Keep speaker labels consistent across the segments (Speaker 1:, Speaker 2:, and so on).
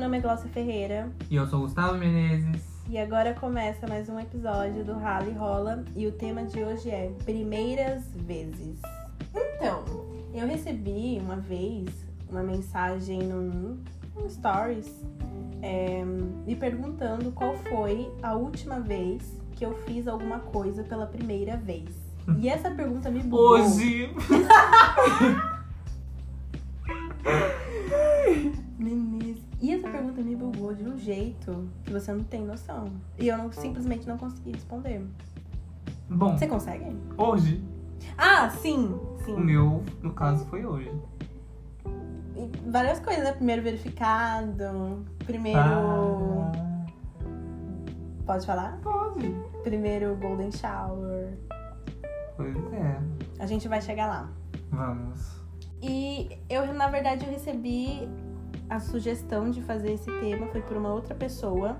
Speaker 1: nome é Glaucia Ferreira
Speaker 2: E eu sou o Gustavo Menezes.
Speaker 1: e agora começa mais um episódio do Rally Rola e o tema de hoje é Primeiras Vezes. Então, eu recebi uma vez uma mensagem num, num Stories é, me perguntando qual foi a última vez que eu fiz alguma coisa pela primeira vez. E essa pergunta me bugou.
Speaker 2: Hoje!
Speaker 1: Menezes. E essa pergunta me bugou de um jeito que você não tem noção. E eu não- simplesmente não consegui responder.
Speaker 2: Bom,
Speaker 1: Você consegue?
Speaker 2: hoje.
Speaker 1: Ah, sim! Sim.
Speaker 2: O meu, no caso, foi hoje.
Speaker 1: E várias coisas, né? Primeiro verificado, primeiro.
Speaker 2: tá? Ah,
Speaker 1: Pode falar?
Speaker 2: pode.
Speaker 1: Primeiro Golden Shower.
Speaker 2: Pois é.
Speaker 1: A gente vai chegar lá.
Speaker 2: Vamos.
Speaker 1: E eu, na verdade, eu recebi a sugestão de fazer esse tema, foi por uma outra pessoa.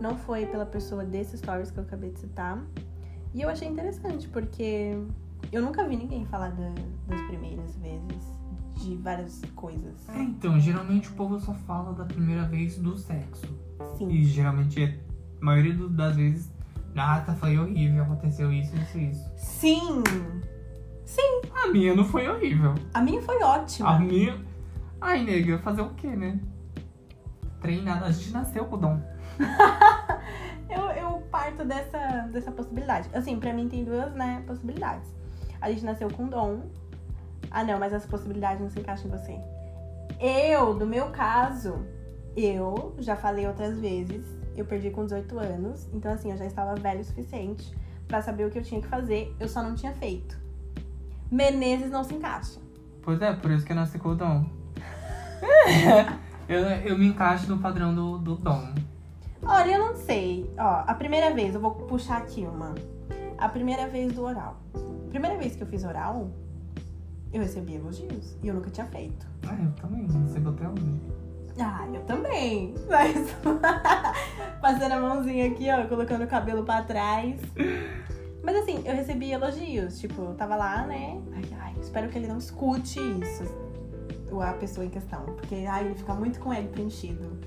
Speaker 1: Não foi pela pessoa desse stories que eu acabei de citar. E eu achei interessante, porque eu nunca vi ninguém falar da- das primeiras vezes, de várias coisas.
Speaker 2: É, então, geralmente o povo só fala da primeira vez do sexo.
Speaker 1: Sim.
Speaker 2: E geralmente, é, a maioria do- das vezes, nossa, foi horrível, aconteceu isso, isso, isso.
Speaker 1: Sim!
Speaker 2: A minha não foi horrível.
Speaker 1: A minha foi
Speaker 2: A
Speaker 1: ótima.
Speaker 2: minha. Ai, nega, fazer o quê, né? Treinar. A gente nasceu com o dom.
Speaker 1: Eu, eu parto dessa, dessa possibilidade. Assim, pra mim tem duas, né, possibilidades. A gente nasceu com dom. Ah, não, mas essa possibilidade não se encaixa em você. Eu, do meu caso, eu já falei outras vezes. Eu perdi com 18 anos. Então, assim, eu já estava velha o suficiente pra saber o que eu tinha que fazer. Eu só não tinha feito. Menezes não se encaixa.
Speaker 2: Pois é, por isso que eu nasci com o dom. eu, eu me encaixo no padrão do, do dom.
Speaker 1: Olha, eu não sei. Ó, a primeira vez, eu vou puxar aqui uma. A primeira vez do oral. Primeira vez que eu fiz oral, eu recebi elogios. E eu nunca tinha feito.
Speaker 2: Ah, eu também, você até hoje.
Speaker 1: Ah, eu também. Mas. Passando a mãozinha aqui, ó, colocando o cabelo pra trás. Mas assim, eu recebi elogios. Tipo, eu tava lá, né? Ai, ai, espero que ele não escute isso. ou A pessoa em questão. Porque, ai, ele fica muito com ele preenchido.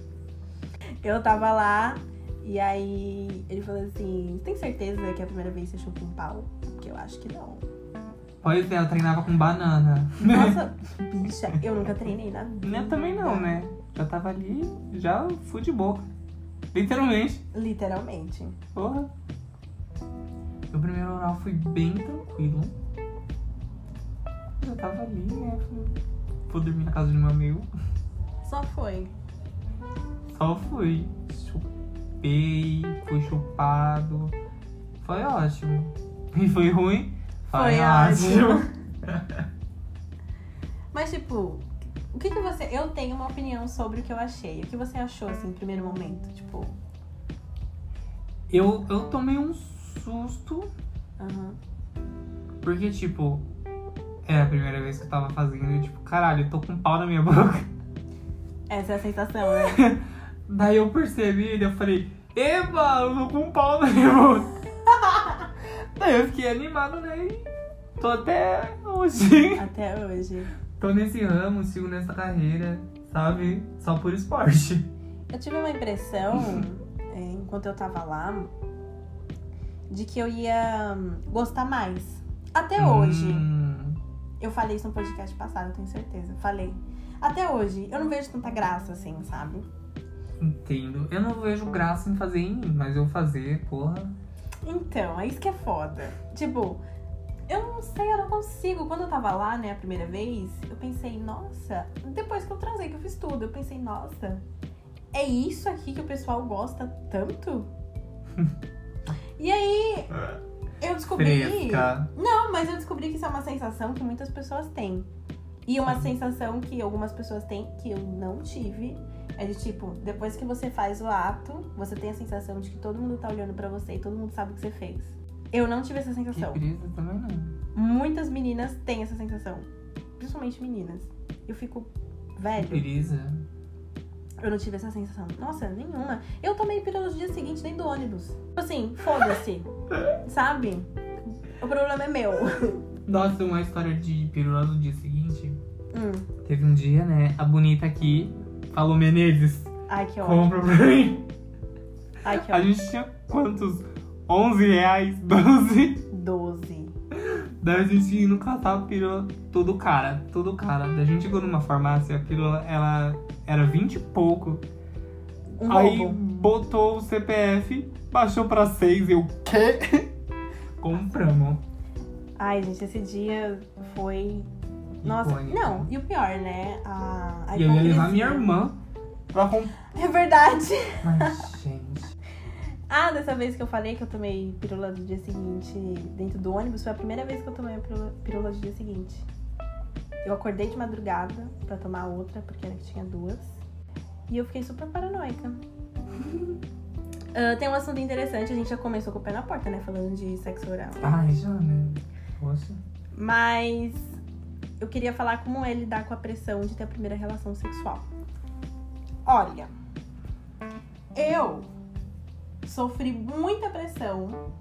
Speaker 1: Eu tava lá. E aí, ele falou assim: Tem certeza que é a primeira vez que você chupa um pau? Porque eu acho que não.
Speaker 2: Pois é, eu treinava com banana.
Speaker 1: Nossa, bicha, eu nunca treinei na vida.
Speaker 2: Eu também não, né? Já tava ali, já fui de boca. Literalmente.
Speaker 1: Literalmente.
Speaker 2: Porra. Meu primeiro oral foi bem tranquilo. Eu tava ali, né? Fui- Fui dormir na casa de um amigo.
Speaker 1: Só foi.
Speaker 2: Só fui. Chupei, fui chupado. Foi ótimo. E foi ruim?
Speaker 1: Foi Mas, tipo, o que que você. Eu tenho uma opinião sobre o que eu achei. O que você achou, assim, no primeiro momento? Tipo.
Speaker 2: Eu, eu tomei um susto,
Speaker 1: aham.
Speaker 2: porque, tipo, era a primeira vez que eu tava fazendo. E, tipo, caralho, eu tô com um pau na minha boca.
Speaker 1: Essa é a sensação, né?
Speaker 2: Daí eu percebi, daí eu falei, eba, eu tô com um pau na minha boca. daí eu fiquei animado, né? E tô até hoje.
Speaker 1: Até hoje.
Speaker 2: Tô nesse ramo, sigo nessa carreira, sabe? Só por esporte.
Speaker 1: Eu tive uma impressão, é, enquanto eu tava lá, de que eu ia hum, gostar mais. Até hoje.
Speaker 2: Hum,
Speaker 1: Eu falei isso no podcast passado, eu tenho certeza. Falei. Até hoje, eu não vejo tanta graça, assim, sabe?
Speaker 2: entendo. Eu não vejo graça em fazer em mim, mas eu fazer, porra.
Speaker 1: Então, é isso que é foda. Tipo, eu não sei, eu não consigo. Quando eu tava lá, né, a primeira vez, eu pensei, nossa, depois que eu transei, que eu fiz tudo, eu pensei, nossa, é isso aqui que o pessoal gosta tanto? e aí, eu descobri.
Speaker 2: Fresca.
Speaker 1: Não, mas eu descobri que isso é uma sensação que muitas pessoas têm. E uma sensação que algumas pessoas têm que eu não tive é de tipo, depois que você faz o ato, você tem a sensação de que todo mundo tá olhando pra você e todo mundo sabe o que você fez. Eu não tive essa
Speaker 2: Que
Speaker 1: sensação.
Speaker 2: brisa também não.
Speaker 1: Muitas meninas têm essa sensação. Principalmente meninas. Eu fico,
Speaker 2: Que
Speaker 1: velho,
Speaker 2: brisa.
Speaker 1: eu não tive essa sensação. Nossa, nenhuma. Eu tomei pílula no dia seguinte, nem do ônibus. Tipo Assim, foda-se. sabe? O problema é meu.
Speaker 2: Nossa, uma história de pirula do dia seguinte.
Speaker 1: Hum.
Speaker 2: Teve um dia, né? A bonita aqui falou Menezes.
Speaker 1: Ai, que ótimo.
Speaker 2: Compra pra mim.
Speaker 1: Ai, que
Speaker 2: A
Speaker 1: ótimo.
Speaker 2: gente tinha quantos? 11 reais, 12.
Speaker 1: 12.
Speaker 2: Daí a gente ia no catar pílula, tudo cara, tudo cara. Daí a gente chegou numa farmácia, a pílula ela era 20 e pouco.
Speaker 1: Um
Speaker 2: Aí
Speaker 1: roubo.
Speaker 2: botou o CPF, baixou pra 6, eu quê? Compramos.
Speaker 1: Ai, gente, esse dia foi. Nossa,
Speaker 2: Icônico.
Speaker 1: não, e o pior, né? A, a
Speaker 2: E eu ia levar
Speaker 1: hipocrisia.
Speaker 2: minha irmã pra comprar.
Speaker 1: É verdade.
Speaker 2: Mas, gente.
Speaker 1: Ah, dessa vez que eu falei que eu tomei pirula do dia seguinte dentro do ônibus, foi a primeira vez que eu tomei a pirula, pirula do dia seguinte. Eu acordei de madrugada pra tomar outra, porque era que tinha duas. E eu fiquei super paranoica. Ah, tem um assunto interessante, a gente já começou com o pé na porta, né? Falando de sexo oral.
Speaker 2: Ai, já, né? Poxa.
Speaker 1: Mas eu queria falar como é lidar com a pressão de ter a primeira relação sexual. Olha, eu sofri muita pressão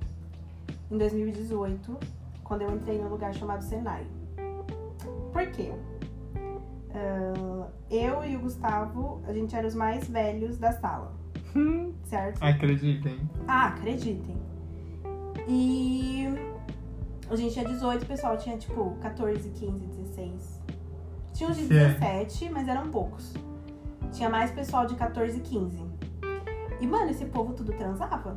Speaker 1: em 2018, quando eu entrei num lugar chamado Senai. Por quê? Ah, eu e o Gustavo, a gente era os mais velhos da sala,
Speaker 2: Hum,
Speaker 1: certo?
Speaker 2: Acreditem.
Speaker 1: Ah, acreditem. E a gente tinha 18, o pessoal tinha tipo 14, 15, 16. Tinha uns de
Speaker 2: Sim.
Speaker 1: 17, mas eram poucos. Tinha mais pessoal de 14, 15. E, mano, esse povo tudo transava.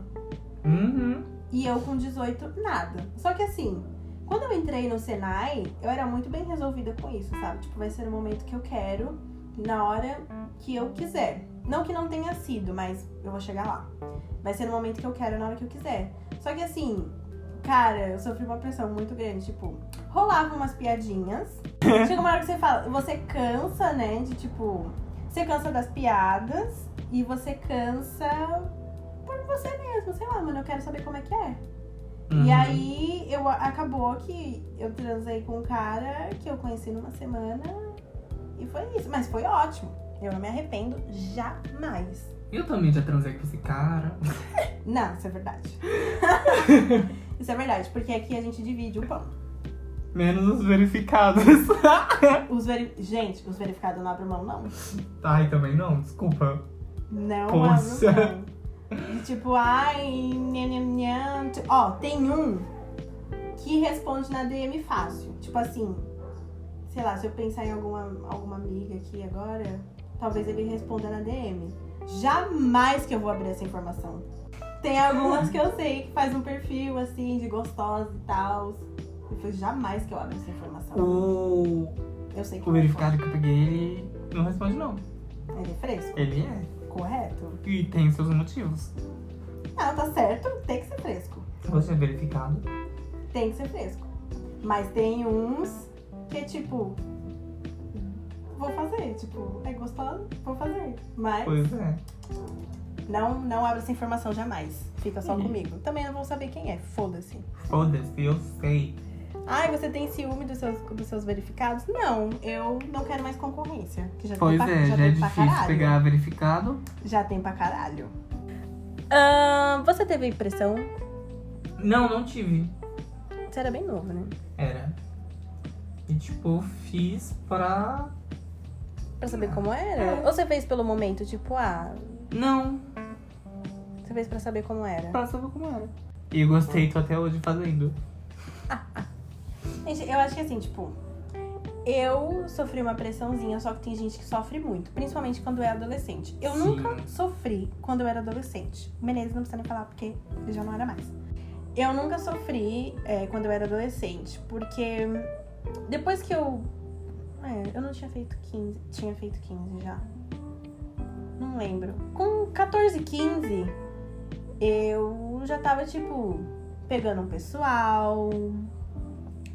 Speaker 2: Uhum.
Speaker 1: E eu com 18, nada. Só que assim, quando eu entrei no Senai, eu era muito bem resolvida com isso, sabe? Tipo, vai ser no momento que eu quero, na hora que eu quiser. Não que não tenha sido, mas eu vou chegar lá. Vai ser no momento que eu quero, na hora que eu quiser. Só que assim, cara, eu sofri uma pressão muito grande. Tipo, rolava umas piadinhas. Chega uma hora que você fala, você cansa, né? De tipo, você cansa das piadas e você cansa por você mesmo. Sei lá, mano, eu quero saber como é que é. E
Speaker 2: Uhum.
Speaker 1: aí, eu, acabou que eu transei com um cara que eu conheci numa semana e foi isso. Mas foi ótimo. Eu não me arrependo jamais.
Speaker 2: Eu também já transei com esse cara.
Speaker 1: Não, isso é verdade. isso é verdade, porque aqui a gente divide o pão.
Speaker 2: Menos os verificados.
Speaker 1: Os veri... Gente, os verificados eu não abrem mão, não.
Speaker 2: Ai, também não, desculpa.
Speaker 1: Não
Speaker 2: Poxa.
Speaker 1: abro mão. E Tipo, ai, nham, nham, nham. Ti- Ó, tem um que responde na DM fácil. Tipo assim, sei lá, se eu pensar em alguma, alguma amiga aqui agora, talvez ele responda na DM. Jamais que eu vou abrir essa informação. Tem algumas que eu sei que faz um perfil assim, de gostosa e tal. Eu falei, jamais que eu abro essa informação.
Speaker 2: O,
Speaker 1: Eu sei que
Speaker 2: o verificado que eu peguei, ele não responde não.
Speaker 1: Ele é fresco,
Speaker 2: Ele é.
Speaker 1: correto?
Speaker 2: E tem seus motivos.
Speaker 1: Não, tá certo, tem que ser fresco.
Speaker 2: Você é verificado?
Speaker 1: tem que ser fresco. Mas tem uns que é tipo. Vou fazer, tipo, é gostoso, vou fazer. Mas
Speaker 2: Pois é.
Speaker 1: não, não abre essa informação jamais. Fica só
Speaker 2: Uhum.
Speaker 1: comigo. Também não vão saber quem é, foda-se.
Speaker 2: Foda-se, eu sei.
Speaker 1: Ai, você tem ciúme dos seus, dos seus verificados? Não, eu não quero mais concorrência. Que já
Speaker 2: Pois
Speaker 1: tem pra,
Speaker 2: é, já é
Speaker 1: tem Tá pra
Speaker 2: difícil
Speaker 1: caralho.
Speaker 2: pegar verificado.
Speaker 1: Já tem pra caralho. Ahn, você teve impressão?
Speaker 2: Não, não tive.
Speaker 1: Você era bem novo, né?
Speaker 2: Era. E tipo, eu fiz pra.
Speaker 1: Pra saber como era? Ou você fez pelo momento, tipo, ah,
Speaker 2: Não,
Speaker 1: você fez pra saber como era?
Speaker 2: pra saber como era. E eu gostei, tô até hoje fazendo.
Speaker 1: Gente, eu acho que assim, tipo, eu sofri uma pressãozinha, só que tem gente que sofre muito, principalmente quando é adolescente. Eu
Speaker 2: Sim.
Speaker 1: nunca sofri quando eu era adolescente. Menezes não precisa nem falar porque eu já não era mais. Eu nunca sofri é, quando eu era adolescente, porque depois que eu. É, eu não tinha feito 15. Tinha feito 15 já. Não lembro. Com 14, 15, eu já tava, tipo, pegando um pessoal.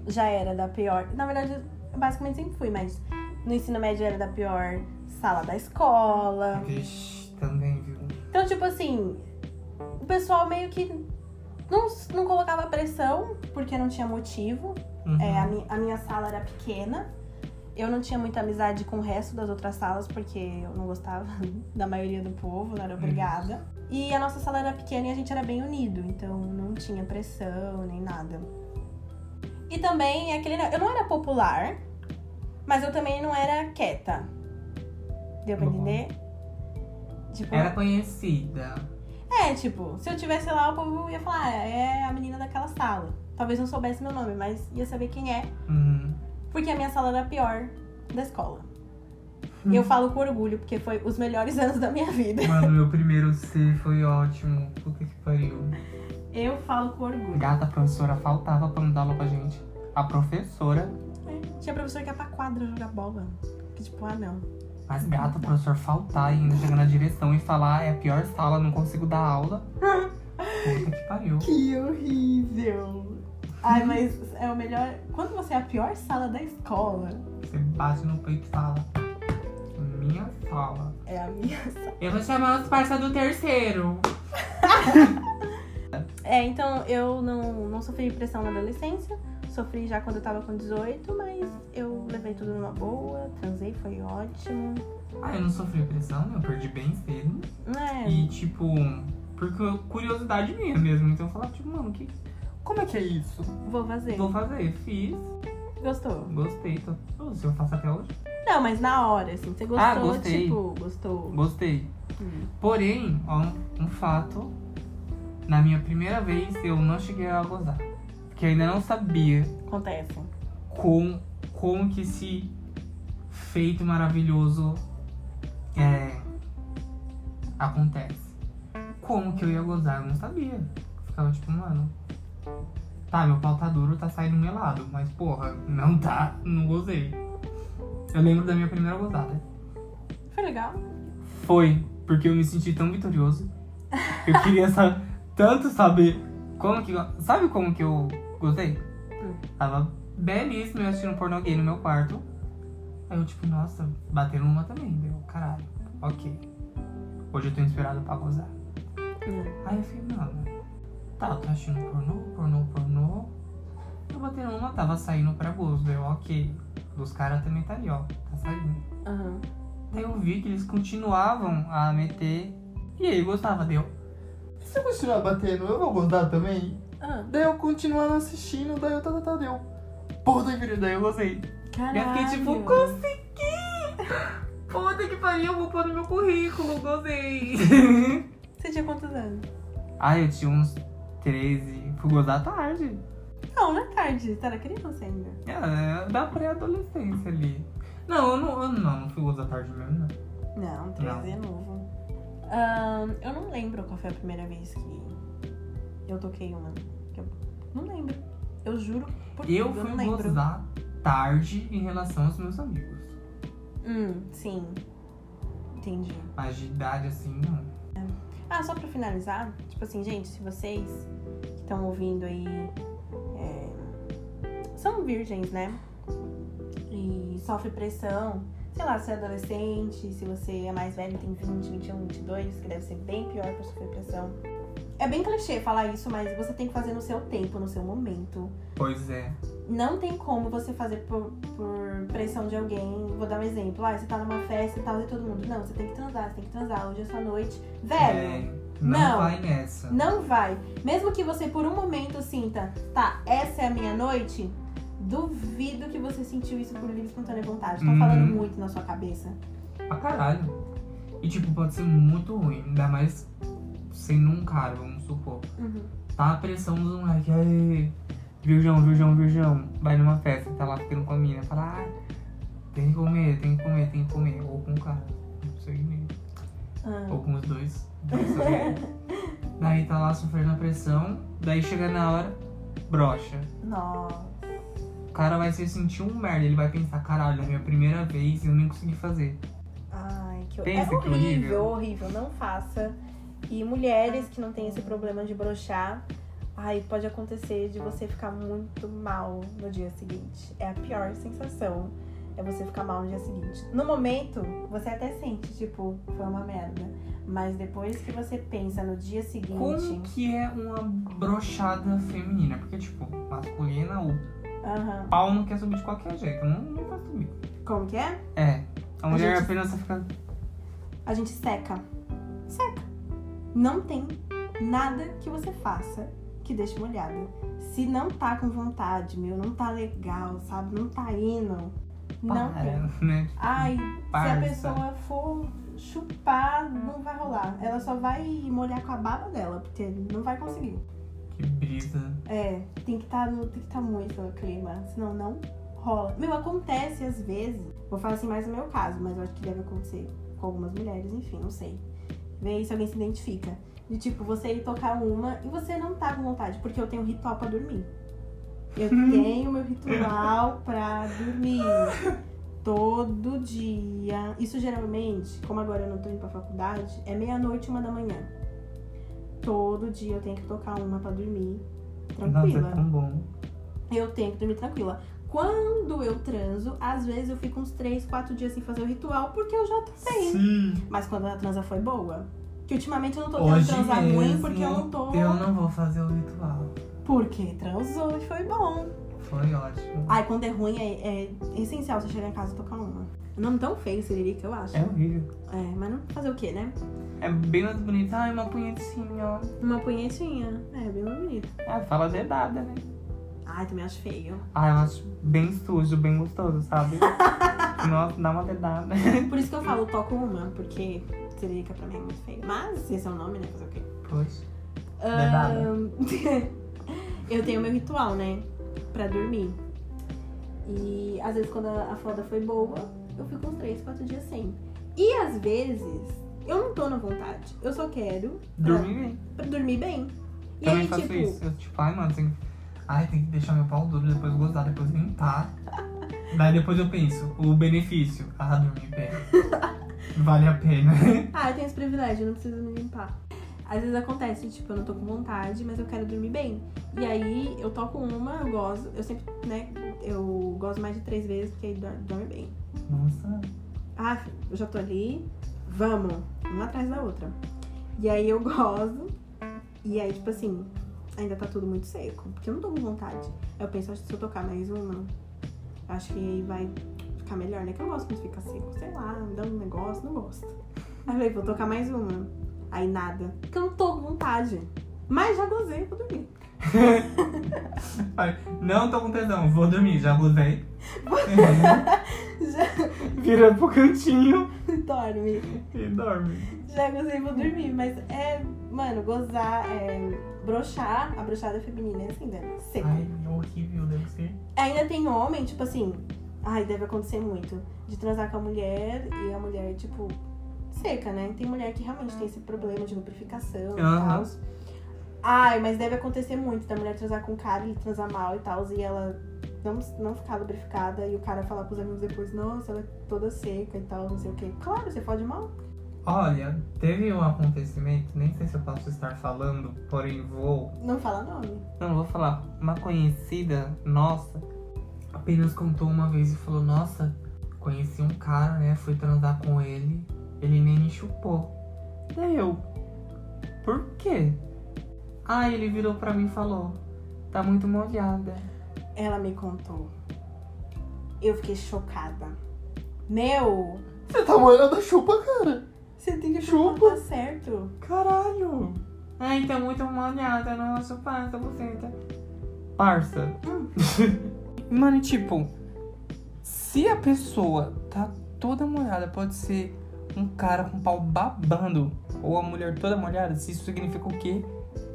Speaker 1: Já era da pior. Na verdade, eu basicamente sempre fui, mas no ensino médio era da pior sala da escola.
Speaker 2: Vixe, também, viu?
Speaker 1: Então, tipo assim, o pessoal meio que não, não colocava pressão, porque não tinha motivo.
Speaker 2: Uhum.
Speaker 1: É, a, mi- a minha sala era pequena. Eu não tinha muita amizade com o resto das outras salas, porque eu não gostava da maioria do povo, não era obrigada. E a nossa sala era pequena e a gente era bem unido, então não tinha pressão nem nada. E também é aquele. ne- Eu não era popular, mas eu também não era quieta. Deu pra
Speaker 2: Uhum. É.
Speaker 1: entender? Tipo,
Speaker 2: Era conhecida.
Speaker 1: é, tipo, se eu tivesse lá, o povo ia falar, "Ah, é a menina daquela sala. Talvez não soubesse meu nome, mas ia saber quem é.
Speaker 2: Uhum.
Speaker 1: Porque a minha sala era a pior da escola. E eu falo com orgulho, porque foi os melhores anos da minha vida.
Speaker 2: Mano, meu primeiro C foi ótimo. Puta que pariu.
Speaker 1: Eu falo com orgulho.
Speaker 2: Gata, a professora faltava pra não dar aula pra gente. A professora.
Speaker 1: É, Tinha professor que ia pra quadra jogar bola. Que tipo, ah não.
Speaker 2: Mas gata, o professor faltar e ainda chegar na direção e falar, "Ah, é a pior sala, não consigo dar aula. Puta que pariu.
Speaker 1: Que horrível! Ai, mas é o melhor. Quando você é a pior sala da escola,
Speaker 2: Você bate no peito e fala. Minha sala.
Speaker 1: é a minha sala.
Speaker 2: Eu vou chamar os parça do terceiro.
Speaker 1: É, então eu não, não sofri pressão na adolescência. Sofri já quando eu tava com 18, mas eu levei tudo numa boa, transei, foi ótimo.
Speaker 2: Ah, eu não sofri pressão, eu perdi bem cedo.
Speaker 1: É,
Speaker 2: E tipo, por cu- curiosidade minha mesmo. Então eu falava, tipo, mano, que. Como é que é isso?
Speaker 1: vou fazer.
Speaker 2: Vou fazer. Fiz,
Speaker 1: Gostou?
Speaker 2: gostei. Tô... Pô, Se eu faço até hoje.
Speaker 1: Não, mas na hora, assim, você gostou,
Speaker 2: Ah, gostei.
Speaker 1: tipo, gostou.
Speaker 2: Gostei.
Speaker 1: Hum.
Speaker 2: Porém, ó, um, um fato. Na minha primeira vez eu não cheguei a gozar. Porque eu ainda não sabia
Speaker 1: Acontece.
Speaker 2: com, com que esse feito maravilhoso é, acontece. Como que eu ia gozar? Eu não sabia. Ficava tipo, mano. Tá, meu pau tá duro, tá saindo melado. Mas porra, não tá, não gozei. Eu lembro da minha primeira gozada.
Speaker 1: Foi legal?
Speaker 2: Foi, porque eu me senti tão vitorioso. Eu queria sa- tanto saber como que. Sabe como que eu gostei?
Speaker 1: Hum.
Speaker 2: Tava belíssimo eu assistindo pornô gay no meu quarto. Aí eu, tipo, nossa, bateram uma também, deu. Caralho, ok. Hoje eu tô inspirado pra gozar.
Speaker 1: Hum.
Speaker 2: Aí eu falei, mano, tá, eu tô assistindo pornô, pornô, pornô. Eu batendo uma, tava saindo pra gozo, deu, ok. Dos caras também tá ali, ó, tá saindo.
Speaker 1: Aham.
Speaker 2: Daí eu vi que eles continuavam a meter. E aí, eu gostava, deu. Se eu continuar batendo, eu vou gostar também.
Speaker 1: Ah,
Speaker 2: Daí eu continuando assistindo, daí eu tá, tá, tá, deu. Puta que pariu, daí eu gostei. Daí eu
Speaker 1: caralho.
Speaker 2: fiquei tipo, consegui! Puta que pariu, eu vou pôr no meu currículo, gozei.
Speaker 1: Você tinha quantos anos?
Speaker 2: Ai, eu tinha uns 13. Fui gozar tarde.
Speaker 1: Não, não é tarde. Você era criança ainda.
Speaker 2: É, da pré-adolescência ali. Não, eu não, eu não, não fui gozar tarde mesmo, não.
Speaker 1: Não, 13 é novo. Ahn, eu não lembro qual foi a primeira vez que eu toquei uma. Que eu não lembro. Eu juro por tudo,
Speaker 2: Eu
Speaker 1: não
Speaker 2: fui
Speaker 1: lembro.
Speaker 2: gozar tarde em relação aos meus amigos.
Speaker 1: Hum, sim. Entendi.
Speaker 2: Mas de idade assim, não.
Speaker 1: Ah, só pra finalizar, tipo assim, gente, se vocês que estão ouvindo aí é, são virgens, né? E sofre pressão, sei lá, se é adolescente, se você é mais velho, tem 20, 21, 22, que deve ser bem pior pra sofrer pressão. É bem clichê falar isso, mas você tem que fazer no seu tempo, no seu momento.
Speaker 2: Pois é.
Speaker 1: Não tem como você fazer por, por pressão de alguém. Vou dar um exemplo. Ah, você tá numa festa e tal, e todo mundo. Não, você tem que transar, você tem que transar. Hoje é sua noite. Velho!
Speaker 2: É, não,
Speaker 1: Não.
Speaker 2: vai nessa.
Speaker 1: Não vai. Mesmo que você por um momento sinta, tá, essa é a minha noite, duvido que você sentiu isso por livre e espontânea vontade. Estão
Speaker 2: Uhum.
Speaker 1: falando muito na sua cabeça.
Speaker 2: Pra caralho. E tipo, pode ser muito ruim, ainda mais sendo um cara, vamos supor. Tá a pressão dos moleques, aí. Virgão, virgão, virgão. Vai numa festa, tá lá ficando com a mina, fala, ai, tem que comer, tem que comer, tem que comer. Ou com o cara, não sei nem.
Speaker 1: Ah,
Speaker 2: Ou com os dois. não sei. daí tá lá sofrendo a pressão, daí chega na hora, brocha.
Speaker 1: nossa.
Speaker 2: O cara vai se sentir um merda, ele vai pensar, caralho, é a minha primeira vez e eu nem consegui fazer.
Speaker 1: Ai, que horrível.
Speaker 2: Pensa
Speaker 1: É
Speaker 2: que
Speaker 1: horrível, horrível,
Speaker 2: horrível.
Speaker 1: Não faça. E mulheres que não têm esse problema de brochar, ai, pode acontecer de você ficar muito mal no dia seguinte. É a pior sensação. É você ficar mal no dia seguinte. No momento, você até sente, tipo, foi uma merda. Mas depois que você pensa no dia
Speaker 2: Como
Speaker 1: seguinte.
Speaker 2: que é uma brochada feminina? Porque, tipo, masculina, o
Speaker 1: Aham.
Speaker 2: pau não quer subir de qualquer jeito, não, não vai subir.
Speaker 1: Como que é?
Speaker 2: É, a mulher
Speaker 1: gente-
Speaker 2: apenas fica.
Speaker 1: A gente seca. Seca. Não tem nada que você faça que deixe molhada. Se não tá com vontade, meu, não tá legal, sabe? Não tá indo. Não
Speaker 2: para,
Speaker 1: tem.
Speaker 2: né? Tipo,
Speaker 1: Ai,
Speaker 2: parça.
Speaker 1: se a pessoa for chupar, não vai rolar. Ela só vai molhar com a baba dela, porque não vai conseguir.
Speaker 2: Que brisa.
Speaker 1: É, tem que estar no, tem que tá muito no clima, senão não rola. Meu, acontece às vezes. Vou falar assim mais no meu caso, mas eu acho que deve acontecer com algumas mulheres, enfim, não sei. Vê aí se alguém se identifica. De tipo, você ir tocar uma e você não tá com vontade, porque eu tenho ritual pra dormir. Eu tenho meu ritual pra dormir. Todo dia. Isso geralmente, como agora eu não tô indo pra faculdade, é meia-noite, uma da manhã. Todo dia eu tenho que tocar uma pra dormir. Tranquila.
Speaker 2: Nossa, é tão bom.
Speaker 1: Eu tenho que dormir tranquila. Quando eu transo, às vezes eu fico uns 3, 4 dias sem fazer o ritual, porque eu já transei.
Speaker 2: Sim.
Speaker 1: Mas quando a transa foi boa. Que ultimamente eu não tô querendo
Speaker 2: Hoje
Speaker 1: transar
Speaker 2: mesmo,
Speaker 1: ruim, porque eu não tô.
Speaker 2: Eu não vou fazer o ritual.
Speaker 1: Porque transou e foi bom.
Speaker 2: Foi ótimo.
Speaker 1: Ai, quando é ruim, é, é essencial você chegar em casa e tocar uma. Um nome tão feio, Siririca, eu acho.
Speaker 2: É horrível.
Speaker 1: É, mas não fazer o quê, né?
Speaker 2: É bem mais bonito. Ai, uma punhetinha, ó.
Speaker 1: Uma punhetinha. É, bem mais bonito.
Speaker 2: É, fala dedada, né?
Speaker 1: Ai, também acho feio.
Speaker 2: Ai, Ah, eu acho bem sujo, bem gostoso, sabe? Nossa, dá uma dedada.
Speaker 1: Por isso que eu falo toco uma, porque Siririca pra mim é muito feio. Mas esse é o nome, né? Fazer o quê?
Speaker 2: Poxa.
Speaker 1: Ahn, eu tenho meu ritual, né? Pra dormir. E às vezes quando a a foda foi boa, eu fico uns 3, 4 dias sem. E às vezes, eu não tô na vontade. Eu só quero
Speaker 2: Dormi bem.
Speaker 1: pra dormir bem. E
Speaker 2: Também
Speaker 1: aí,
Speaker 2: faço
Speaker 1: tipo,
Speaker 2: isso. Eu, tipo, ai, mano, tem que... Ai, tem que deixar meu pau duro, depois gozar, depois limpar. Daí depois eu penso, o benefício. Ah, dormir bem. Vale a pena.
Speaker 1: ah, eu tenho esse privilégio, eu não preciso me limpar. Às vezes acontece, tipo, eu não tô com vontade, mas eu quero dormir bem. E aí eu toco uma, eu gozo, eu sempre, né, eu gozo mais de três vezes, porque aí dor- dorme bem.
Speaker 2: Nossa.
Speaker 1: Ah, eu já tô ali, vamos, uma atrás da outra. E aí eu gozo, e aí, tipo assim, ainda tá tudo muito seco, porque eu não tô com vontade. Aí Eu penso, acho que se eu tocar mais uma, acho que aí vai ficar melhor, né? Que eu gosto quando fica seco, sei lá, me dá um negócio, não gosto. Aí eu falei, vou tocar mais uma. Aí nada, porque eu não tô com vontade. Mas já gozei, vou dormir.
Speaker 2: Ai, não tô com tesão, vou dormir, já gozei.
Speaker 1: Já
Speaker 2: Vira pro cantinho
Speaker 1: dorme.
Speaker 2: e dorme.
Speaker 1: Já gozei, vou dormir, mas é, mano, gozar, é, broxar, a broxada feminina é assim, né? Seco.
Speaker 2: Ai, é horrível, deve ser.
Speaker 1: Ainda tem homem, tipo assim, ai, deve acontecer muito, de transar com a mulher e a mulher, tipo, seca, né? Tem mulher que realmente tem esse problema de lubrificação e
Speaker 2: Aham.
Speaker 1: tal. Ai, mas deve acontecer muito da mulher transar com o cara e ele transar mal e tal, e ela não, não ficar lubrificada e o cara falar pros amigos depois, nossa, ela é toda seca e tal, não sei o quê. Claro, você pode mal.
Speaker 2: Olha, teve um acontecimento, nem sei se eu posso estar falando, porém vou.
Speaker 1: Não fala nome.
Speaker 2: Não, não vou falar. Uma conhecida nossa apenas contou uma vez e falou: Nossa, conheci um cara, né? Fui transar com ele, ele nem me chupou. Daí eu, por quê? Ah, ele virou pra mim e falou: Tá muito molhada.
Speaker 1: Ela me contou. Eu fiquei chocada. Meu,
Speaker 2: Você tá molhada, chupa, cara.
Speaker 1: você tem que
Speaker 2: Chupa.
Speaker 1: Tá certo.
Speaker 2: Caralho! Ai, tá muito molhada, nossa, passa, você tá. Hum. Parça. Mano, e tipo, se a pessoa tá toda molhada, pode ser um cara com pau babando ou a mulher toda molhada, se isso significa o quê?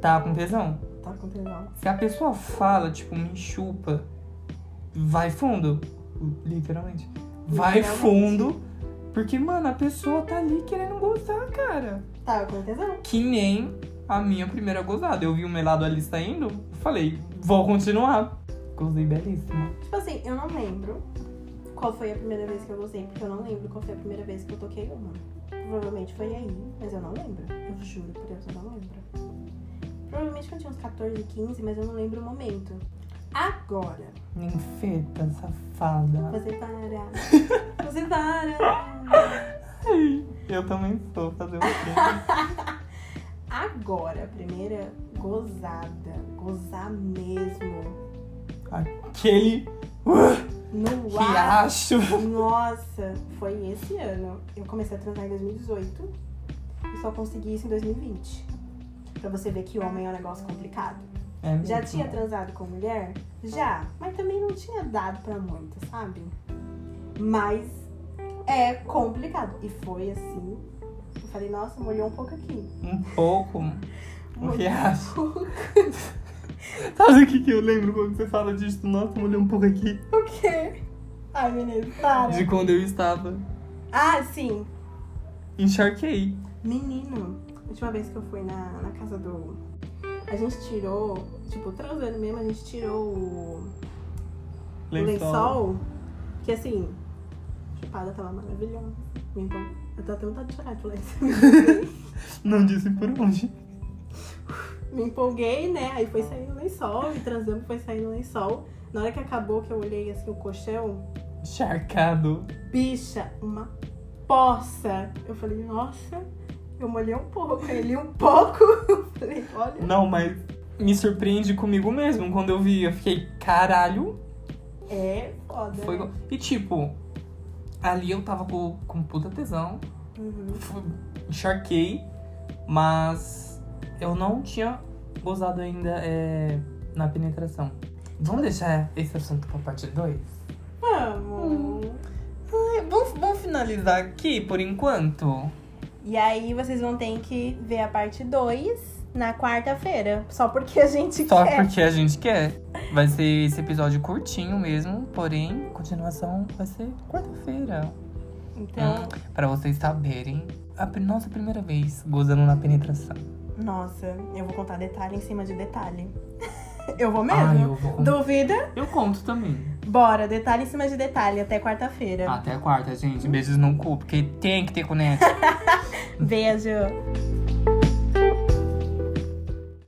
Speaker 2: Tá com tesão.
Speaker 1: Tá com tesão.
Speaker 2: Se a pessoa fala, tipo, me chupa, vai fundo. Literalmente. Vai
Speaker 1: Literalmente.
Speaker 2: fundo. Porque, mano, a pessoa tá ali querendo gozar, cara.
Speaker 1: Tá com tesão.
Speaker 2: Que nem a minha primeira gozada. Eu vi o melado ali saindo, eu falei, vou continuar. Gozei belíssimo.
Speaker 1: Tipo assim, eu não lembro qual foi a primeira vez que eu gozei, porque eu não lembro qual foi a primeira vez que eu toquei uma. Provavelmente foi aí, mas eu não lembro. Eu juro por Deus, eu não lembro. Provavelmente que eu tinha uns 14, 15, mas eu não lembro o momento. Agora,
Speaker 2: Ninfeta, safada.
Speaker 1: você para. Você para.
Speaker 2: Ai, eu também sou fazer um o quê?
Speaker 1: Agora, a primeira gozada. Gozar mesmo.
Speaker 2: Aquele
Speaker 1: No ar.
Speaker 2: riacho.
Speaker 1: Nossa, foi esse ano. Eu comecei a transar em 2018 e só consegui isso em 2020. Pra você ver que homem é um negócio complicado.
Speaker 2: É
Speaker 1: Já
Speaker 2: mesmo.
Speaker 1: tinha transado com mulher? Já, mas também não tinha dado pra muito, sabe? Mas é complicado. E foi assim. Eu falei, nossa, molhou um pouco aqui.
Speaker 2: Um pouco. Um
Speaker 1: Molhou
Speaker 2: riacho.
Speaker 1: pouco.
Speaker 2: Sabe o que, que eu lembro quando você fala disso? Nossa, molhei um pouco aqui.
Speaker 1: O quê? Ai, menino, para.
Speaker 2: De quando eu estava.
Speaker 1: Ah, sim.
Speaker 2: Encharquei.
Speaker 1: Menino, a última vez que eu fui na, na casa do. A gente tirou, tipo, transando mesmo, a gente tirou o lençol. Que assim, chupada tava maravilhosa. Me encon- Eu tô até vontade de chorar de lençol.
Speaker 2: Não disse por onde.
Speaker 1: Me empolguei, né? Aí foi sair no lençol e transando foi sair no lençol. Na hora que acabou, que eu olhei assim o colchão,
Speaker 2: Encharcado.
Speaker 1: bicha, uma poça. Eu falei, nossa, eu molhei um pouco. Aí Ele um pouco. Eu falei, olha.
Speaker 2: Não, mas me surpreende comigo mesmo. Quando eu vi, eu fiquei, caralho.
Speaker 1: É foda.
Speaker 2: Foi. go- E tipo, ali eu tava com, com puta tesão.
Speaker 1: Uhum.
Speaker 2: Fui- Encharquei, mas eu não tinha gozado ainda é, na penetração. Vamos deixar esse assunto pra parte 2?
Speaker 1: Vamos.
Speaker 2: Vamos, vamos finalizar aqui por enquanto.
Speaker 1: E aí vocês vão ter que ver a parte 2 na quarta-feira. Só porque a gente
Speaker 2: Só
Speaker 1: quer.
Speaker 2: porque a gente quer. Vai ser esse episódio curtinho mesmo, porém, continuação vai ser quarta-feira. Hum,
Speaker 1: Então,
Speaker 2: Pra vocês saberem a pri- nossa primeira vez gozando na penetração.
Speaker 1: nossa, eu vou contar detalhe em cima de detalhe. eu vou
Speaker 2: Ah,
Speaker 1: mesmo?
Speaker 2: eu vou contar.
Speaker 1: Duvida?
Speaker 2: Eu conto também.
Speaker 1: Bora, detalhe em cima de detalhe até quarta-feira.
Speaker 2: Ah. Até quarta, gente. Beijos no cu, porque tem que ter conexão.
Speaker 1: Beijo.